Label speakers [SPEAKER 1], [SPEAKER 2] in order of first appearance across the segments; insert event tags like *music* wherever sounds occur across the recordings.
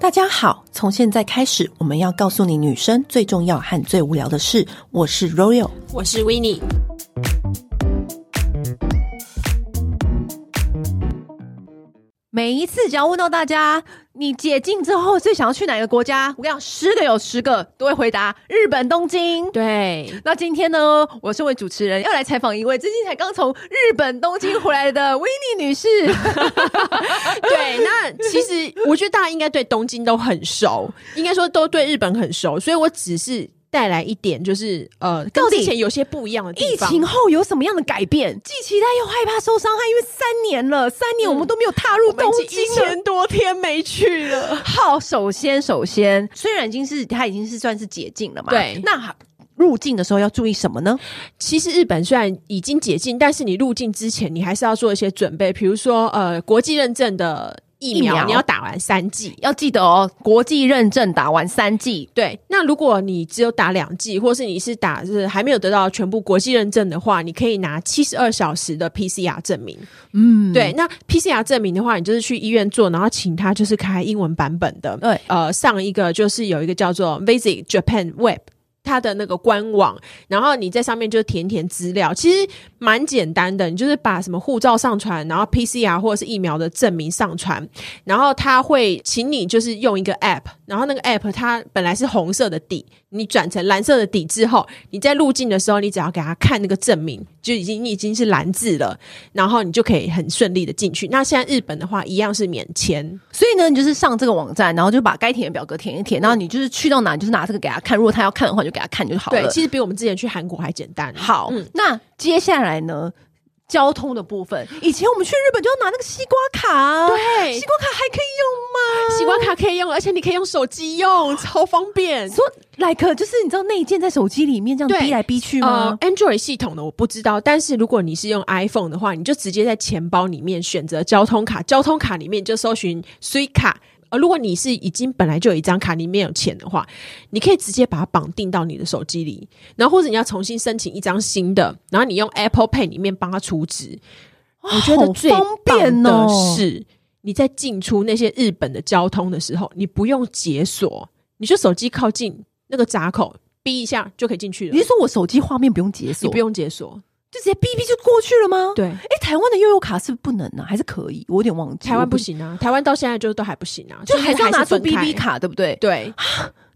[SPEAKER 1] 大家好，从现在开始，我们要告诉你女生最重要和最无聊的事。我是 Royal，
[SPEAKER 2] 我是 w i n n i e
[SPEAKER 1] 每一次只要问到大家，你解禁之后最想要去哪个国家？我跟你讲，十个有十个都会回答日本东京。
[SPEAKER 2] 对，
[SPEAKER 1] 那今天呢，我身为主持人要来采访一位最近才刚从日本东京回来的 w i n n i 女士。
[SPEAKER 2] 对，那其实我觉得大家应该对东京都很熟，应该说都对日本很熟，所以我只是带来一点，就是呃，跟
[SPEAKER 1] 到底
[SPEAKER 2] 之前有些不一样的
[SPEAKER 1] *laughs*
[SPEAKER 2] 地
[SPEAKER 1] 疫
[SPEAKER 2] 方。
[SPEAKER 1] 情后有什么样的改变？ *laughs* 既期待又害怕受伤害，因为三年了，三年我们都没有踏入
[SPEAKER 2] 我们
[SPEAKER 1] 东
[SPEAKER 2] 已经
[SPEAKER 1] 京
[SPEAKER 2] 一
[SPEAKER 1] 了。
[SPEAKER 2] 千多天没去了，
[SPEAKER 1] 好，首先首先，虽然已经是它已经是算是解禁了嘛，
[SPEAKER 2] 对
[SPEAKER 1] 那入境的时候要注意什么呢？
[SPEAKER 2] *laughs* 其实日本虽然已经解禁，但是你入境之前，你还是要做一些准备，比如说呃，国际认证的疫苗
[SPEAKER 1] 疫苗
[SPEAKER 2] 你要打完三剂。
[SPEAKER 1] 要记得哦，国际认证打完三剂，
[SPEAKER 2] 对，那如果你只有打两剂，或是你是打是还没有得到全部国际认证的话，你可以拿七十二小时的 PCR 证明。
[SPEAKER 1] 嗯，
[SPEAKER 2] 对，那 PCR 证明的话，你就是去医院做，然后请他就是开英文版本的，
[SPEAKER 1] 对
[SPEAKER 2] 呃，上一个就是有一个叫做 Visit Japan Web。它的那个官网，然后你在上面就填填资料，其实蛮简单的。你就是把什么护照上传，然后 PCR 或者是疫苗的证明上传，然后他会请你就是用一个 App，然后那个 App 它本来是红色的底，你转成蓝色的底之后，你在入境的时候，你只要给他看那个证明，就已经你已经是蓝字了，然后你就可以很顺利的进去。那现在日本的话，一样是免签，
[SPEAKER 1] 所以呢，你就是上这个网站，然后就把该填的表格填一填，然后你就是去到哪，你就是拿这个给他看，如果他要看的话，你就给他看就好
[SPEAKER 2] 对
[SPEAKER 1] 了，。
[SPEAKER 2] 其实比我们之前去韩国还简单。嗯
[SPEAKER 1] 好，那接下来呢？交通的部分，以前我们去日本就要拿那个西瓜卡啊，
[SPEAKER 2] 对
[SPEAKER 1] 西瓜卡还可以用吗？
[SPEAKER 2] 西瓜卡可以用，而且你可以用手机用，超方便。
[SPEAKER 1] 说 like 就是你知道内建在手机里面这样
[SPEAKER 2] 对
[SPEAKER 1] 逼来逼去吗
[SPEAKER 2] 呃？，Android 系统的我不知道，但是如果你是用 iPhone 的话，你就直接在钱包里面选择交通卡，交通卡里面就搜寻 s u i 卡。呃，如果你是已经本来就有一张卡里面有钱的话，你可以直接把它绑定到你的手机里，然后或者你要重新申请一张新的，然后你用 Apple Pay 里面帮它储值。我觉得最
[SPEAKER 1] 好方便
[SPEAKER 2] 棒的
[SPEAKER 1] 哦
[SPEAKER 2] 是，你在进出那些日本的交通的时候，你不用解锁，你就手机靠近那个闸口，逼一下就可以进去了。
[SPEAKER 1] 你是说我手机画面不用解
[SPEAKER 2] 你
[SPEAKER 1] 锁，
[SPEAKER 2] 不用解锁。
[SPEAKER 1] 就直接逼逼就过去了吗？。
[SPEAKER 2] 对，
[SPEAKER 1] 哎、台湾的悠游卡是不是不能啊，还是可以？我有点忘记。
[SPEAKER 2] 台湾不
[SPEAKER 1] 我，
[SPEAKER 2] 行啊，台湾到现在就都还不行啊，
[SPEAKER 1] 嗯就
[SPEAKER 2] 所以
[SPEAKER 1] 还是要拿出
[SPEAKER 2] 分
[SPEAKER 1] B
[SPEAKER 2] 开
[SPEAKER 1] B。卡，对不对？
[SPEAKER 2] 对，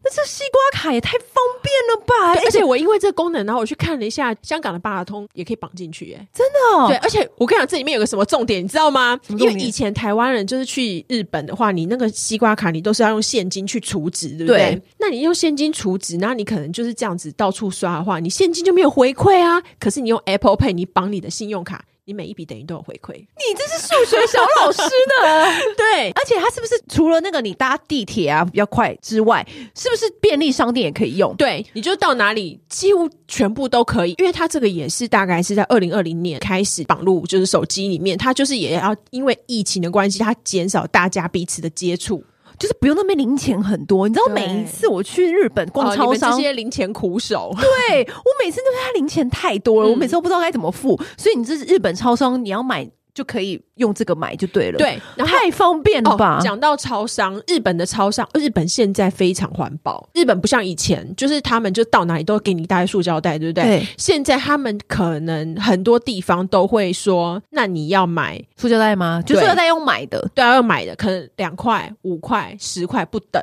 [SPEAKER 1] 那这西瓜卡也太方便了吧！
[SPEAKER 2] 而且我因为这个功能，然后我去看了一下，香港的八达通也可以绑进去、耶。
[SPEAKER 1] 真的、哦，
[SPEAKER 2] 对，，而且我跟你讲，这里面有个什么重点，你知道吗？
[SPEAKER 1] 么
[SPEAKER 2] 因
[SPEAKER 1] 重
[SPEAKER 2] 为
[SPEAKER 1] 点
[SPEAKER 2] 以前台湾人就是去日本的话，你那个西瓜卡你都是要用现金去储值，对不对？
[SPEAKER 1] 对
[SPEAKER 2] 那你用现金储值，那你可能就是这样子到处刷的话，你现金就没有回馈啊。可是你用 Apple Pay，你绑你的信用卡，你每一笔等于都有回馈。
[SPEAKER 1] 你这是数学小老师呢。
[SPEAKER 2] 对，
[SPEAKER 1] *laughs* 而且它是不是除了那个你搭地铁啊比较快之外，是不是便利商店也可以用？
[SPEAKER 2] 对，你就到哪里几乎全部都可以，因为它这个也是大概是在二零二零年开始绑入，就是手机里面，它就是也要因为疫情的关系，它减少大家彼此的接触。
[SPEAKER 1] 就是不用那边零钱很多。你知道
[SPEAKER 2] 对
[SPEAKER 1] 每一次我去日本逛
[SPEAKER 2] 哦你
[SPEAKER 1] 超
[SPEAKER 2] 们
[SPEAKER 1] 商，
[SPEAKER 2] 这些零钱苦手，
[SPEAKER 1] 对我每次都是他零钱太多了，
[SPEAKER 2] 嗯
[SPEAKER 1] 我每次都不知道该怎么付。所以你这是日本超商，你要买就可以用这个买就 *laughs* 对了。，
[SPEAKER 2] 对，然后。
[SPEAKER 1] 太方便了吧
[SPEAKER 2] 哦，？讲到超商，日本的超商，日本现在非常环保。日本不像以前，就是他们就到哪里都给你带塑胶袋，对不对？
[SPEAKER 1] 对
[SPEAKER 2] 现在他们可能很多地方都会说，那你要买，
[SPEAKER 1] 塑胶袋吗？就
[SPEAKER 2] 对
[SPEAKER 1] 塑胶袋用买的。
[SPEAKER 2] 对啊，要买的，可能两块、五块、十块不等。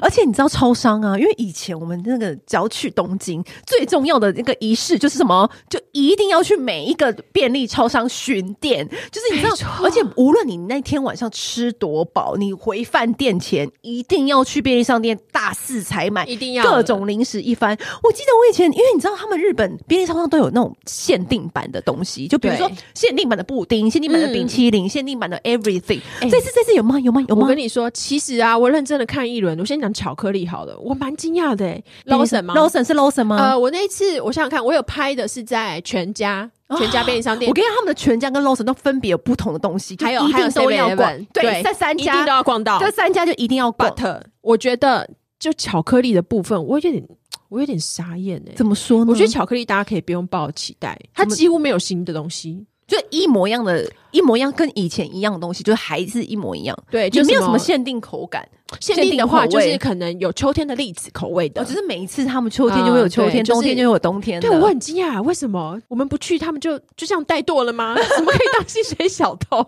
[SPEAKER 1] 而且你知道超商啊，因为以前我们那个只要去东京，最重要的那个仪式就是什么？就一定要去每一个便利超商巡店，就是你知道
[SPEAKER 2] 没错，
[SPEAKER 1] 而且无论你那天晚上吃多饱，你回饭店前一定要去便利商店大肆采买，
[SPEAKER 2] 一定要
[SPEAKER 1] 各
[SPEAKER 2] 的
[SPEAKER 1] 种零食一番。我记得我以前，因为你知道他们日本便利超商都有那种限定版的东西，就比如说
[SPEAKER 2] 对
[SPEAKER 1] 限定版的布丁、限定版的
[SPEAKER 2] 嗯
[SPEAKER 1] 冰淇淋、限定版的 everything。
[SPEAKER 2] 哎
[SPEAKER 1] 这次这次有吗？有吗？有
[SPEAKER 2] 我
[SPEAKER 1] 吗
[SPEAKER 2] 跟？你说，其实啊，我认真的看一轮，我先讲巧克力好了，我蛮惊讶的、欸。Lawson 吗
[SPEAKER 1] l o s o n 是 Lawson 吗？
[SPEAKER 2] 呃，我那一次我想想看，我有拍的是在全家，全家便利商店
[SPEAKER 1] 哦我。跟你讲，他们的全家跟 Lawson 都分别有不同的东西，就
[SPEAKER 2] 还有
[SPEAKER 1] 一
[SPEAKER 2] 还有
[SPEAKER 1] 定都要
[SPEAKER 2] 7-Eleven
[SPEAKER 1] 逛。对，这三
[SPEAKER 2] 一定都
[SPEAKER 1] 家，
[SPEAKER 2] 要逛到。
[SPEAKER 1] 这三家就一定要逛。
[SPEAKER 2] But 我觉得就巧克力的部分，我有点我有点傻眼哎、
[SPEAKER 1] 怎么说呢？
[SPEAKER 2] 我觉得巧克力大家可以不用抱期待，它
[SPEAKER 1] 怎么
[SPEAKER 2] 几乎没有新的东西。
[SPEAKER 1] 就一模一样的，一模一样跟以前一样的东西，就还是一模一样，
[SPEAKER 2] 对，
[SPEAKER 1] 就
[SPEAKER 2] 就
[SPEAKER 1] 没有什
[SPEAKER 2] 什
[SPEAKER 1] 么限定口感。
[SPEAKER 2] 限
[SPEAKER 1] 限
[SPEAKER 2] 定
[SPEAKER 1] 定
[SPEAKER 2] 的话，
[SPEAKER 1] 口
[SPEAKER 2] 就
[SPEAKER 1] 味
[SPEAKER 2] 是可能有秋天的栗子口味的。
[SPEAKER 1] 哦，就是每一次他们秋天就会有秋天，
[SPEAKER 2] 嗯对就是
[SPEAKER 1] 冬天就会有冬天的。
[SPEAKER 2] 对我很惊讶，为什么我们不去，他们就就这样怠惰了吗？ *laughs* 怎么可以当薪水小偷？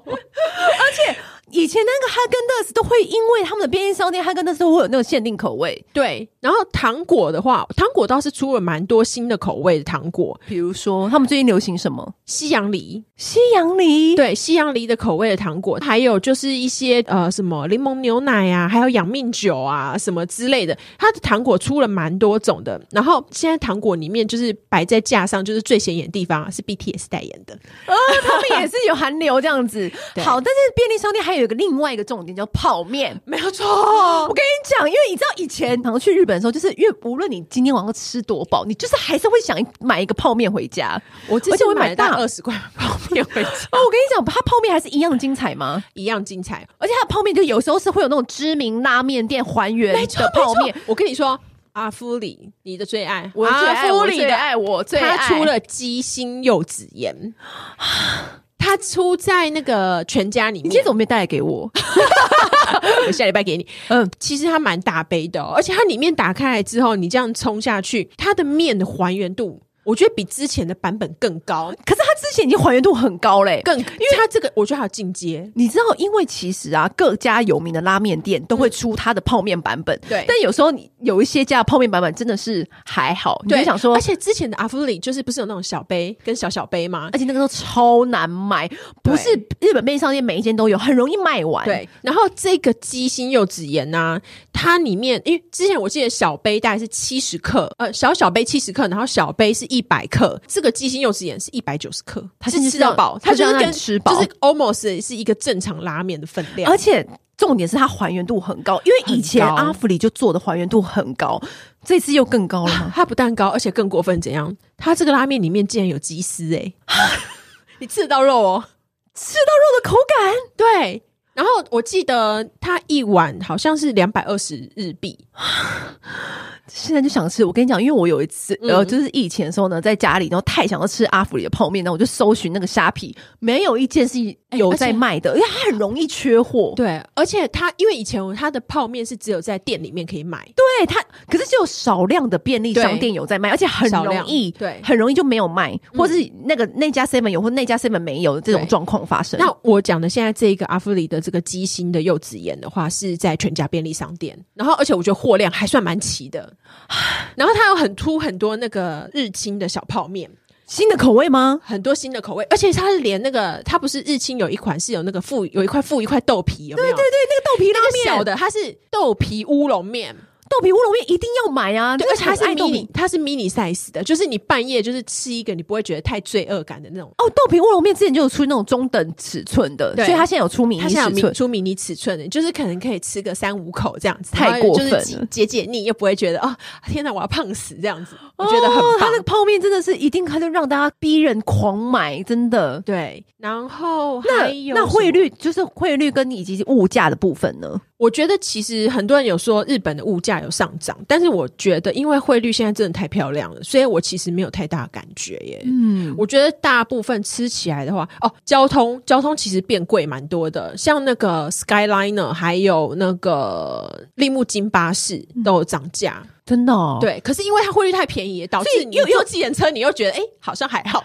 [SPEAKER 1] 以前那个哈根达斯都会因为他们的便利商店哈根达斯都会有那种限定口味，
[SPEAKER 2] *laughs* 对，然后糖果的话，糖果倒是出了蛮多新的口味的糖果，
[SPEAKER 1] 比如说他们最近流行什么
[SPEAKER 2] 西洋梨，
[SPEAKER 1] 西洋梨， *laughs*
[SPEAKER 2] 对，西洋梨的口味的糖果，还有就是一些呃什么柠檬牛奶啊，还有养命酒啊什么之类的，它的糖果出了蛮多种的。然后现在糖果里面就是摆在架上，就是最显眼的地方啊是 BTS 代言的，
[SPEAKER 1] 哦他们也是有韩流这样子。
[SPEAKER 2] 对
[SPEAKER 1] 好，但是便利商店还有一个另外一个重点叫泡面。
[SPEAKER 2] 没有错
[SPEAKER 1] 我跟你讲，因为你知道以前常去日本的时候，就是因为无论你今天晚上吃多饱，你就是还是会想买一个泡面回家。
[SPEAKER 2] 我之
[SPEAKER 1] 而且
[SPEAKER 2] 前
[SPEAKER 1] 我买
[SPEAKER 2] 买了大
[SPEAKER 1] 大
[SPEAKER 2] 二十块泡面回家，
[SPEAKER 1] *laughs* 哦，我跟你讲，它泡面还是一样精彩吗？
[SPEAKER 2] 一样
[SPEAKER 1] *laughs*
[SPEAKER 2] 精彩。
[SPEAKER 1] 而且它的泡面就有时候是会有那种知名拉面店还原的泡面，
[SPEAKER 2] 我跟你说，阿夫里，你的最爱，
[SPEAKER 1] 我最爱
[SPEAKER 2] 阿夫
[SPEAKER 1] 我
[SPEAKER 2] 里
[SPEAKER 1] 最
[SPEAKER 2] 的
[SPEAKER 1] 爱我最爱，
[SPEAKER 2] 他出了鸡心柚子
[SPEAKER 1] *laughs*
[SPEAKER 2] 盐，他出在那个全家里
[SPEAKER 1] 你今天
[SPEAKER 2] 面，
[SPEAKER 1] 怎么没带来给我？
[SPEAKER 2] 我下礼拜给你。
[SPEAKER 1] 嗯
[SPEAKER 2] 嗯，其实它蛮大杯的哦、而且它里面打开来之后，你这样冲下去，它的面的还原度，我觉得比之前的版本更高，
[SPEAKER 1] 可是它之前已经还原度很高嘞、
[SPEAKER 2] 更因为它这个我觉得还有进阶。
[SPEAKER 1] 你知道，因为其实啊，各家有名的拉面店都会出它的泡面版本，
[SPEAKER 2] 对
[SPEAKER 1] 但有时候你有一些家的泡面版本真的是还好，你就想说
[SPEAKER 2] 而，且之前的阿芙里就是不是有那种小杯跟小小杯吗？
[SPEAKER 1] 而且那个时候超难买，不是日本便利商店每一间都有，很容易卖完。，
[SPEAKER 2] 对，然后这个鸡心柚子盐呢、它里面因为之前我记得小杯大概是七十克，呃，小小杯七十克，然后小杯是一百克，这个鸡心柚子盐是一百九十克，
[SPEAKER 1] 它
[SPEAKER 2] 是
[SPEAKER 1] 就是
[SPEAKER 2] 吃到饱，
[SPEAKER 1] 它
[SPEAKER 2] 它
[SPEAKER 1] 就是
[SPEAKER 2] 就是
[SPEAKER 1] 让
[SPEAKER 2] 跟
[SPEAKER 1] 你吃饱
[SPEAKER 2] 就是 almost 是一个正常拉面的分量
[SPEAKER 1] 而。且重点是它还原度很高，因为以前
[SPEAKER 2] 很高
[SPEAKER 1] 阿芙里就做的还原度很高，这次又更高了 *laughs* 吗？
[SPEAKER 2] 啊它不但高，而且更过分怎样？它这个拉面里面竟然有鸡丝哎、 *laughs* 你吃得到肉哦？
[SPEAKER 1] 吃到肉的口感
[SPEAKER 2] 对。然后我记得它一碗好像是两百二十日币，
[SPEAKER 1] 现在就想吃，我跟你讲，因为我有一次，
[SPEAKER 2] 嗯
[SPEAKER 1] 呃，就是疫情的时候呢，在家里，然后太想要吃阿福里的泡面，然后我就搜寻那个虾皮，没有一件是有
[SPEAKER 2] 哎
[SPEAKER 1] 在卖的，因为它很容易缺货。
[SPEAKER 2] 对，而且它因为以前它的泡面是只有在店里面可以买，
[SPEAKER 1] 对它，可是就有少量的便利商店有在卖，而且很
[SPEAKER 2] 少
[SPEAKER 1] 容
[SPEAKER 2] 量
[SPEAKER 1] 易，
[SPEAKER 2] 对嗯
[SPEAKER 1] 很容易就没有卖，或是那个那家 seven 有，或那家 seven 没有这种
[SPEAKER 2] 对
[SPEAKER 1] 状况发生。
[SPEAKER 2] 那我讲的现在这一个阿芙里的这个鸡心的柚子盐的话，是在全家便利商店，然后而且我觉得货量还算蛮齐
[SPEAKER 1] *sighs*
[SPEAKER 2] 的，然后它有很出很多那个日清的小泡面。
[SPEAKER 1] 新的口味吗？
[SPEAKER 2] 很多新的口味，而且它是连那个，它不是日清有一款是有那个附有一块附一块豆皮，有没有？
[SPEAKER 1] 对对，那个豆皮拉
[SPEAKER 2] 那个小
[SPEAKER 1] 面，
[SPEAKER 2] 的，它是豆皮乌龙面，
[SPEAKER 1] 豆皮乌龙面一定要买啊！
[SPEAKER 2] 对，
[SPEAKER 1] 真
[SPEAKER 2] 而
[SPEAKER 1] 的
[SPEAKER 2] 且它是
[SPEAKER 1] 很爱豆
[SPEAKER 2] mini，
[SPEAKER 1] 皮
[SPEAKER 2] 它是 mini size 的，就是你半夜就是吃一个，你不会觉得太罪恶感的那种。
[SPEAKER 1] 哦，豆皮乌龙面之前就有出那种中等尺寸的，
[SPEAKER 2] 对
[SPEAKER 1] 所以它现在有出迷你
[SPEAKER 2] 它现在有
[SPEAKER 1] 尺
[SPEAKER 2] 米
[SPEAKER 1] 寸。
[SPEAKER 2] 出迷你尺寸的，就是可能可以吃个三五口这样子，
[SPEAKER 1] 太
[SPEAKER 2] 然后
[SPEAKER 1] 过分了
[SPEAKER 2] 就是解解腻，又不会觉得哦，天哪，我要胖死这样子，我觉得很
[SPEAKER 1] 哦，
[SPEAKER 2] 棒。
[SPEAKER 1] 他那个泡面真的是一定，他就让大家逼人狂买，真的。
[SPEAKER 2] 对，然后
[SPEAKER 1] 那
[SPEAKER 2] 还有
[SPEAKER 1] 那
[SPEAKER 2] 什
[SPEAKER 1] 汇
[SPEAKER 2] 么，
[SPEAKER 1] 率就是汇率跟以及物价的部分呢？
[SPEAKER 2] 我觉得其实很多人有说日本的物价有上涨，但是我觉得因为汇率现在真的太漂亮了，所以我其实没有太大的感觉耶。
[SPEAKER 1] 嗯，
[SPEAKER 2] 我觉得大部分吃起来的话，哦，交通交通其实变贵蛮多的，像那个 Skyliner 还有那个立木金巴士
[SPEAKER 1] 嗯
[SPEAKER 2] 都有涨价。
[SPEAKER 1] 真的、哦，，
[SPEAKER 2] 对，可是因为它汇率太便宜，导
[SPEAKER 1] 所以
[SPEAKER 2] 致你
[SPEAKER 1] 又又
[SPEAKER 2] 坐计程 *laughs* 车，你又觉得哎、诶好像还好。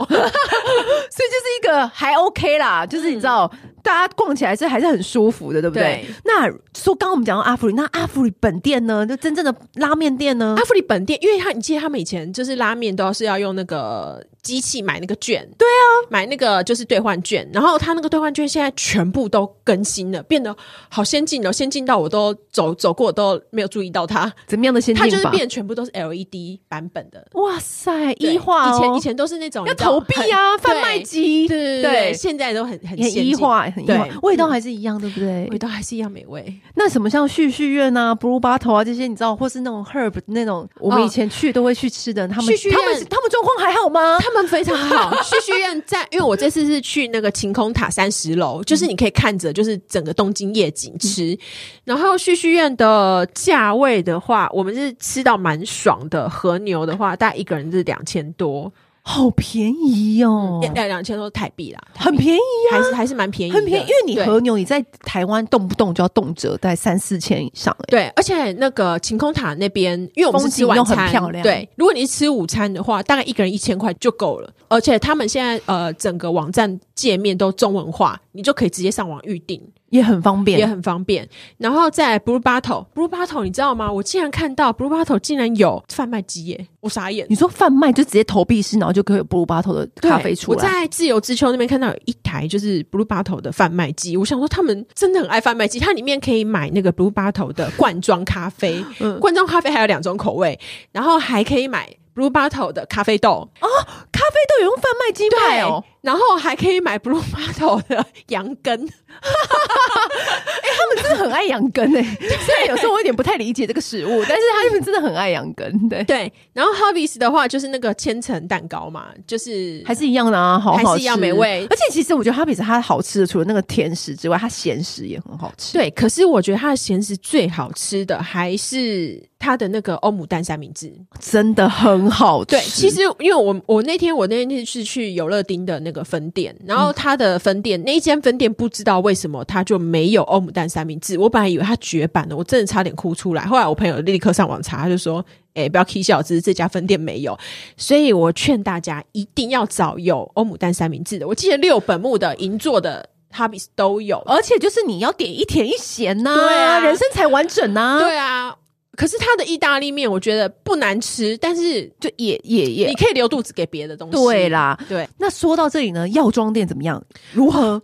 [SPEAKER 1] 所以就是一个还 OK 啦，就是你知道，大家逛起来是还是很舒服的，对不嗯对？
[SPEAKER 2] 对
[SPEAKER 1] 那说刚刚我们讲到阿芙里，那阿芙里本店呢，就真正的拉面店呢？
[SPEAKER 2] *laughs* 阿芙里本店，因为他你记得他们以前就是拉面都要是要用那个机器买那个券，对啊，买那个就是兑换券，然后他那个兑换券现在全部都更新了，变得好先进哦，先进到我都走走过都没有注意到它，
[SPEAKER 1] 怎么样的先
[SPEAKER 2] 它
[SPEAKER 1] 进
[SPEAKER 2] 就是
[SPEAKER 1] 法？
[SPEAKER 2] 变全部都是 LED 版本的。
[SPEAKER 1] 哇塞，
[SPEAKER 2] 对
[SPEAKER 1] 一化、哦、
[SPEAKER 2] 以前以前都是那种
[SPEAKER 1] 要投币啊，贩卖，
[SPEAKER 2] 你
[SPEAKER 1] 机，
[SPEAKER 2] 知道很对对对对，现在都很很
[SPEAKER 1] 很
[SPEAKER 2] 先
[SPEAKER 1] 一
[SPEAKER 2] 进，
[SPEAKER 1] 化，很一化
[SPEAKER 2] 对，
[SPEAKER 1] 味道还是一样，对嗯不对？
[SPEAKER 2] 味道还是一样美味。
[SPEAKER 1] 那什么像旭旭苑啊、Blue Bottle 啊这些，你知道，或是那种 Herb 那种，我们以前去都会去吃的，他们
[SPEAKER 2] 嗯旭旭苑
[SPEAKER 1] 他们他们状况还好吗？
[SPEAKER 2] *laughs* 他们非常好。旭旭苑在，因为我这次是去那个晴空塔三十楼，就是你可以看着就是整个东京夜景吃。
[SPEAKER 1] 嗯
[SPEAKER 2] 然后旭旭苑的价位的话，我们是吃到蛮爽的，和牛的话大概一个人是两千多。
[SPEAKER 1] 好便宜哦，
[SPEAKER 2] 两两千多台币啦，
[SPEAKER 1] 很便宜
[SPEAKER 2] 还是还是蛮嗯便宜的，
[SPEAKER 1] 很便宜，因为你
[SPEAKER 2] 对
[SPEAKER 1] 和牛你在台湾动不动就要动辄在三四千以上哎、
[SPEAKER 2] 对，而且那个晴空塔那边，因为我们是
[SPEAKER 1] 风
[SPEAKER 2] 吃
[SPEAKER 1] 景
[SPEAKER 2] 晚
[SPEAKER 1] 又
[SPEAKER 2] 餐，
[SPEAKER 1] 很漂亮
[SPEAKER 2] 对，如果你是吃午餐的话，大概一个人一千块就够了。而且他们现在呃，整个网站界面都中文化，你就可以直接上网预定，
[SPEAKER 1] 也很方
[SPEAKER 2] 也
[SPEAKER 1] 便。
[SPEAKER 2] 很方便。然后再来 Blue Bottle，Blue Bottle 你知道吗？我竟然看到 Blue Bottle 竟然有贩卖机耶，我傻眼。
[SPEAKER 1] 你说贩卖就直接投币式，然后就可以有 Blue Bottle 的
[SPEAKER 2] 对
[SPEAKER 1] 咖啡出
[SPEAKER 2] 我
[SPEAKER 1] 来。
[SPEAKER 2] 在自由之丘那边看到有一台就是 Blue Bottle 的贩卖机，我想说他们真的很爱贩卖机，它里面可以买那个 Blue Bottle 的罐装咖啡，
[SPEAKER 1] *laughs* 嗯
[SPEAKER 2] 罐装咖啡还有两种口味，然后还可以买 Blue Bottle 的咖啡豆，
[SPEAKER 1] 咖啡豆有用贩卖机卖哦，
[SPEAKER 2] 然后还可以买 Blue Bottle 的羊羹，
[SPEAKER 1] 真的很爱养根
[SPEAKER 2] *laughs*
[SPEAKER 1] 哎、虽然有时候我有点不太理解这个食物，但是他们真的很爱养根，对，
[SPEAKER 2] 对，然后 Hobbies 的话就是那个千层蛋糕嘛，就是
[SPEAKER 1] 还是一样的啊，好好吃，
[SPEAKER 2] 还是一样美味
[SPEAKER 1] 而且其实我觉得哈比子它好吃的，除了那个甜食之外，它咸食也很好吃。
[SPEAKER 2] 对，可是我觉得它的咸食最好吃的还是它的那个欧姆蛋三明治。
[SPEAKER 1] 真的很好吃。
[SPEAKER 2] 对，其实因为我我那天我那天是去游乐町的那个分店，然后它的分店、那一间分店不知道为什么它就没有欧姆蛋三明治，我本来以为它绝版了，我真的差点哭出来。后来我朋友立刻上网查，他就说：“哎、不要 K 笑，只是这家分店没有。”所以我劝大家一定要找有欧姆蛋三明治的。我记得六本木的银座的 Hobbies 都有。
[SPEAKER 1] 而且就是你要点一甜一咸呐、
[SPEAKER 2] 对啊
[SPEAKER 1] 人生才完整呐、
[SPEAKER 2] 对啊，可是它的意大利面我觉得不难吃，但是
[SPEAKER 1] 就也也
[SPEAKER 2] 你
[SPEAKER 1] 也
[SPEAKER 2] 可以留肚子给别的东西。
[SPEAKER 1] 对啦。
[SPEAKER 2] 对，
[SPEAKER 1] 那说到这里呢，药妆店怎么样？如何？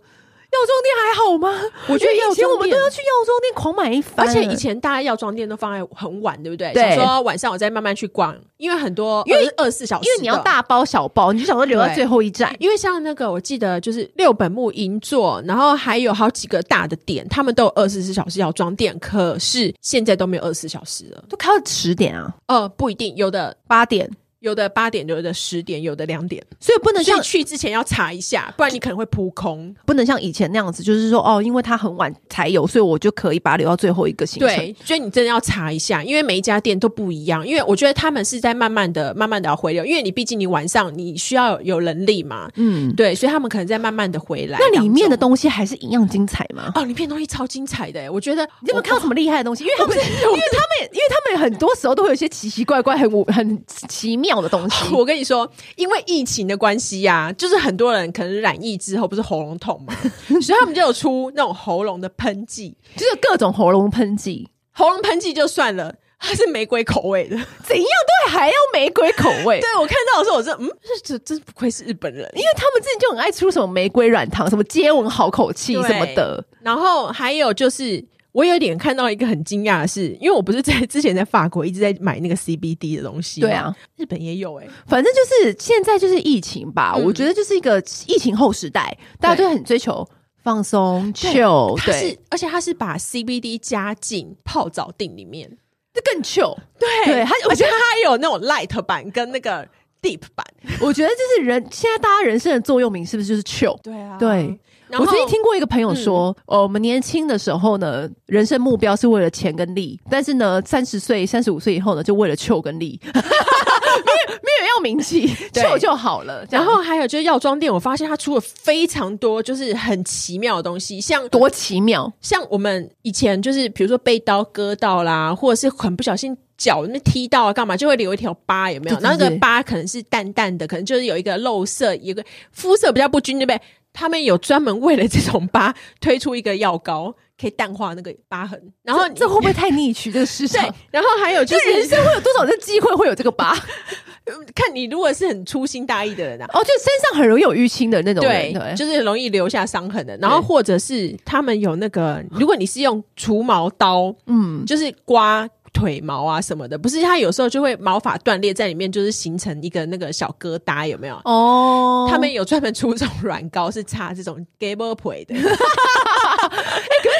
[SPEAKER 1] 药妆店还好吗？
[SPEAKER 2] 我觉得
[SPEAKER 1] 因为以前
[SPEAKER 2] 药妆
[SPEAKER 1] 我们都
[SPEAKER 2] 店
[SPEAKER 1] 要去药妆店狂买一番
[SPEAKER 2] 而
[SPEAKER 1] 了，
[SPEAKER 2] 且以前大家药妆店都放在很晚，对不对？
[SPEAKER 1] 对
[SPEAKER 2] 想说晚上我再慢慢去逛，因为很多
[SPEAKER 1] 因为
[SPEAKER 2] 二十四小时，
[SPEAKER 1] 因为你要。大包小包，你就想说留到
[SPEAKER 2] 对
[SPEAKER 1] 最后一站。
[SPEAKER 2] 因为像那个，我记得就是六本木银座，然后还有好几个大的店，他们都有二十四小时药妆店，可是现在都没有二十四小时了。
[SPEAKER 1] 都开到十点啊，
[SPEAKER 2] 呃，不一定，有的
[SPEAKER 1] 八点，
[SPEAKER 2] 有的八点，有的十点，有的两点，
[SPEAKER 1] 所以不能
[SPEAKER 2] 所以
[SPEAKER 1] 像
[SPEAKER 2] 去之前要查一下，不然你可能会扑空。
[SPEAKER 1] 不能像以前那样子，就是说哦，因为它很晚才有，所以我就可以把它留到最后一个行程。
[SPEAKER 2] 对，所以你真的要查一下，因为每一家店都不一样。因为我觉得他们是在慢慢的、慢慢的要回流，因为你毕竟你晚上你需要有能力嘛，
[SPEAKER 1] 嗯，
[SPEAKER 2] 对，所以他们可能在慢慢的回来当中。
[SPEAKER 1] 那里面的东西还是一样精彩吗？
[SPEAKER 2] 哦，里面东西超精彩的，我觉得
[SPEAKER 1] 你有没有看到什么厉害的东西？因为他
[SPEAKER 2] 我
[SPEAKER 1] 们，因为他们，因为他们很多时候都会有一些奇奇怪怪、很无很奇妙的东西。
[SPEAKER 2] 我我跟你说，因为疫情的关系呀、就是很多人可能染疫之后不是喉咙痛嘛， *laughs* 所以他们就有出那种喉咙的喷剂，
[SPEAKER 1] *laughs* 就是各种喉咙喷剂，
[SPEAKER 2] 喉咙喷剂就算了，它是玫瑰口味的。
[SPEAKER 1] 怎样都还要玫瑰口 *laughs* 味。
[SPEAKER 2] 对我看到的时候，我说嗯，这这真不愧是日本人，
[SPEAKER 1] 因为他们自己就很爱出什么玫瑰软糖、什么接吻好口气
[SPEAKER 2] 对
[SPEAKER 1] 什么的，
[SPEAKER 2] 然后还有就是，我有点看到一个很惊讶的是，因为我不是在之前在法国一直在买那个 CBD 的东西，
[SPEAKER 1] 对啊，
[SPEAKER 2] 日本也有哎、
[SPEAKER 1] 反正就是现在就是疫情吧，
[SPEAKER 2] 嗯
[SPEAKER 1] 我觉得就是一个疫情后时代，大家都很追求放松、
[SPEAKER 2] 对
[SPEAKER 1] chill，
[SPEAKER 2] 它是
[SPEAKER 1] 哦对，
[SPEAKER 2] 而且它是把 CBD 加进泡澡定里面，
[SPEAKER 1] 这更 chill。
[SPEAKER 2] 对
[SPEAKER 1] 对它
[SPEAKER 2] 它我觉得它有那种 light 版跟那个 deep 版，
[SPEAKER 1] 我觉得就是人现在大家人生的座右铭是不是就是 chill？
[SPEAKER 2] 对啊
[SPEAKER 1] 对。
[SPEAKER 2] 然
[SPEAKER 1] 我
[SPEAKER 2] 后嗯
[SPEAKER 1] 曾经听过一个朋友说，呃，我们年轻的时候呢，人生目标是为了钱跟利，但是呢，三十岁、三十五岁以后呢，就为了 chill 跟利， *laughs* 没有没有要名气
[SPEAKER 2] 对
[SPEAKER 1] ，chill 就好了。
[SPEAKER 2] 然
[SPEAKER 1] 然后
[SPEAKER 2] 后还有就是药妆店，我发现它出了非常多就是很奇妙的东西，像
[SPEAKER 1] 多奇妙，
[SPEAKER 2] 像我们以前就是，比如说被刀割到啦，或者是很不小心脚那边踢到啊，干嘛就会留一条疤，有没有？
[SPEAKER 1] 对对
[SPEAKER 2] 然后那个
[SPEAKER 1] 对
[SPEAKER 2] 疤可能是淡淡的，可能就是有一个肉色，有一个肤色比较不均，对不对？他们有专门为了这种疤推出一个药膏，可以淡化那个疤痕。然后
[SPEAKER 1] 这这会不会太逆取这个市
[SPEAKER 2] 对
[SPEAKER 1] 场？，
[SPEAKER 2] 然后还有就
[SPEAKER 1] 就是人
[SPEAKER 2] 是 *laughs*
[SPEAKER 1] 生会有多少的机会会有这个疤？
[SPEAKER 2] 看你如果是很粗心大意的人啊，
[SPEAKER 1] *laughs* 哦，就身上很容易有淤青的那种人，
[SPEAKER 2] 对，
[SPEAKER 1] 对，
[SPEAKER 2] 就是容易留下伤痕的。然后或者是他们有那个，如果你是用除毛刀，
[SPEAKER 1] 嗯，
[SPEAKER 2] 就是刮腿毛啊什么的，不是它有时候就会毛发断裂在里面，就是形成一个那个小疙瘩，有没有？
[SPEAKER 1] 哦，
[SPEAKER 2] *laughs* 他们有专门出这种软膏，是擦这种 gable 腿的，
[SPEAKER 1] 可是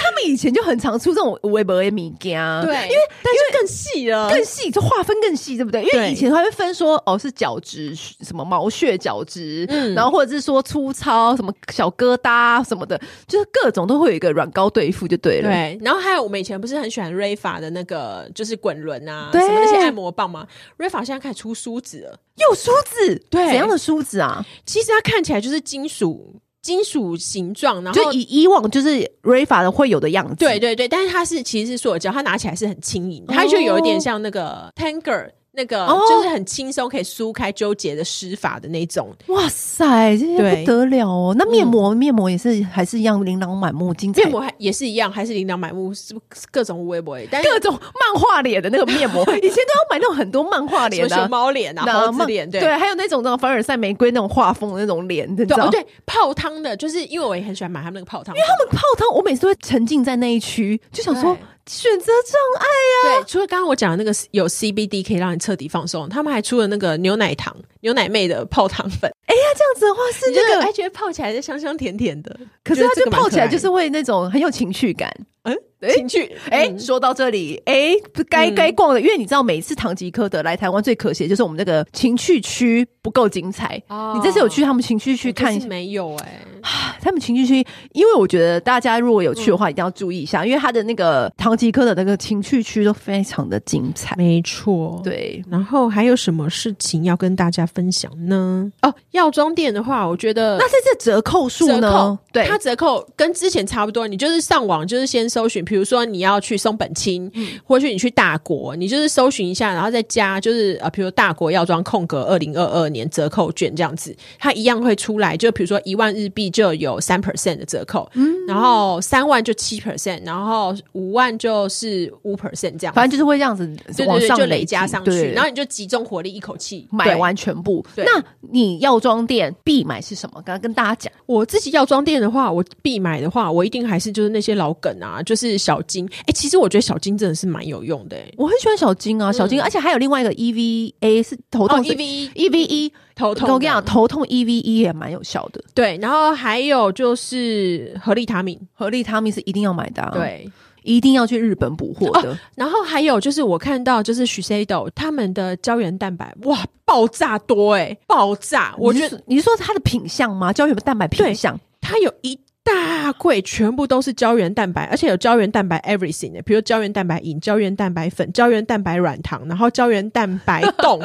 [SPEAKER 1] 他们以前就很常出这种微博的啊米家，
[SPEAKER 2] *laughs* 对，因为但是更细了，
[SPEAKER 1] 更细，就划分更细，对不对？因为
[SPEAKER 2] 对
[SPEAKER 1] 以前还会分说，哦，是角质什么毛屑角质，
[SPEAKER 2] 嗯
[SPEAKER 1] 然后或者是说粗糙什么小疙瘩什么的，就是各种都会有一个软膏对付就对了。
[SPEAKER 2] 对，然后还有我们以前不是很喜欢瑞法的那个，就是滚轮啊，
[SPEAKER 1] 对
[SPEAKER 2] 什么那些按摩棒吗？瑞法现在开始出梳子了，
[SPEAKER 1] 有梳子，
[SPEAKER 2] 对
[SPEAKER 1] 怎样的梳子啊？
[SPEAKER 2] 其实它看起来就是金属金属形状，然后
[SPEAKER 1] 就以以往就是 Rafa 的会有的样子。
[SPEAKER 2] 对对对，但是它是其实是塑胶，它拿起来是很轻盈，
[SPEAKER 1] 哦
[SPEAKER 2] 它就有一点像那个 Tanger。那个
[SPEAKER 1] 哦
[SPEAKER 2] 就是很轻松可以梳开纠结的施法的那种，
[SPEAKER 1] 哇塞，这些
[SPEAKER 2] 对嗯
[SPEAKER 1] 不得了哦！那面膜、面膜也是还是一样琳琅满目，精彩
[SPEAKER 2] 面膜还也是一样，还是琳琅满目，是不是各种微博，但是
[SPEAKER 1] 各种漫画脸的那个面膜，以前都要买那种很多漫画
[SPEAKER 2] 什么
[SPEAKER 1] 脸的
[SPEAKER 2] 熊
[SPEAKER 1] 啊。
[SPEAKER 2] 猫脸啊、
[SPEAKER 1] 然后
[SPEAKER 2] 猴子
[SPEAKER 1] 漫
[SPEAKER 2] 脸，对
[SPEAKER 1] 对，还有那种那种凡尔赛玫瑰那种画风的那种脸，你知
[SPEAKER 2] 对
[SPEAKER 1] 道
[SPEAKER 2] 哦对，泡汤的，就是因为我也很喜欢买他们那个泡汤，因为
[SPEAKER 1] 他们泡汤，我每次都会沉浸在那一区，就想说
[SPEAKER 2] 对
[SPEAKER 1] 选择障碍。
[SPEAKER 2] 对，除了刚刚我讲的那个有 CBD 可以让你彻底放松，他们还出了那个牛奶糖、牛奶妹的泡汤粉，
[SPEAKER 1] 那这样子的话是
[SPEAKER 2] 你就
[SPEAKER 1] 那
[SPEAKER 2] 哎
[SPEAKER 1] 个，
[SPEAKER 2] 觉得泡起来就香香甜甜的，
[SPEAKER 1] 可是
[SPEAKER 2] 觉得
[SPEAKER 1] 它
[SPEAKER 2] 这
[SPEAKER 1] 就
[SPEAKER 2] 个蛮
[SPEAKER 1] 泡起来
[SPEAKER 2] 可爱
[SPEAKER 1] 就是会那种很有情趣感。
[SPEAKER 2] 嗯嗯
[SPEAKER 1] 哎
[SPEAKER 2] 情趣
[SPEAKER 1] 哎、说到这里，哎、不该该逛的，因为你知道，每一次堂吉诃德来台湾最可惜的就是我们那个情趣区不够精彩。
[SPEAKER 2] 哦
[SPEAKER 1] 你这次有去他们情趣区看一下？
[SPEAKER 2] 没有哎、
[SPEAKER 1] 他们情趣区，因为我觉得大家如果有去的话，一定要注意一下，因为他的那个堂吉诃德那个情趣区都非常的精彩。
[SPEAKER 2] 没错，。
[SPEAKER 1] 对，
[SPEAKER 2] 然后还有什么事情要跟大家分享呢？哦，药妆店的话，我觉得
[SPEAKER 1] 那这次折扣数
[SPEAKER 2] 折
[SPEAKER 1] 呢
[SPEAKER 2] 扣？
[SPEAKER 1] 对，
[SPEAKER 2] 它折扣跟之前差不多，你就是上网就是先搜寻，比如说你要去松本清，或许你去大国，你就是搜寻一下，然后再加就是呃，比如大国药妆空格二零二二年折扣券这样子，它一样会出来，就比如说一万日币就有三 percent 的折扣，然后三万就七 percent，然后五万就是五 percent 这样子，
[SPEAKER 1] 反正就是会这样子
[SPEAKER 2] 对
[SPEAKER 1] 往
[SPEAKER 2] 对对，
[SPEAKER 1] 上
[SPEAKER 2] 就
[SPEAKER 1] 累
[SPEAKER 2] 累
[SPEAKER 1] 积
[SPEAKER 2] 加上
[SPEAKER 1] 对
[SPEAKER 2] 去，然后你就集中火力一口气
[SPEAKER 1] 买。
[SPEAKER 2] 对
[SPEAKER 1] 完全部。
[SPEAKER 2] 对
[SPEAKER 1] 那你药妆店必买是什么？刚刚跟大家讲，
[SPEAKER 2] 我自己药妆店的话，我必买的话，我一定还是就是那些老梗啊，就是小金。哎、其实我觉得小金真的是蛮有用的、欸。
[SPEAKER 1] 我很喜欢小金啊，小金，而且还有另外一个 EVA 是头
[SPEAKER 2] 哦
[SPEAKER 1] 痛
[SPEAKER 2] ，E V 一
[SPEAKER 1] E V E，
[SPEAKER 2] 头
[SPEAKER 1] 我跟
[SPEAKER 2] 痛的，
[SPEAKER 1] 我跟你讲，头痛 E V E 也蛮有效的，
[SPEAKER 2] 对，然后还有就是合力他命，
[SPEAKER 1] 合力他命是一定要买的、啊，，
[SPEAKER 2] 对，
[SPEAKER 1] 一定要去日本补货的。
[SPEAKER 2] 然后还有就是我看到就是许 C 豆他们的胶原蛋白，哇，爆炸多哎、爆炸！我
[SPEAKER 1] 你
[SPEAKER 2] 觉
[SPEAKER 1] 是
[SPEAKER 2] 得
[SPEAKER 1] 说你是说它的品相吗？胶原蛋白品相，
[SPEAKER 2] 它有一大柜全部都是胶原蛋白，而且有胶原蛋白 everything 的，比如胶原蛋白饮、胶原蛋白粉、胶原蛋白软糖，然后胶原蛋白
[SPEAKER 1] *laughs*
[SPEAKER 2] 冻。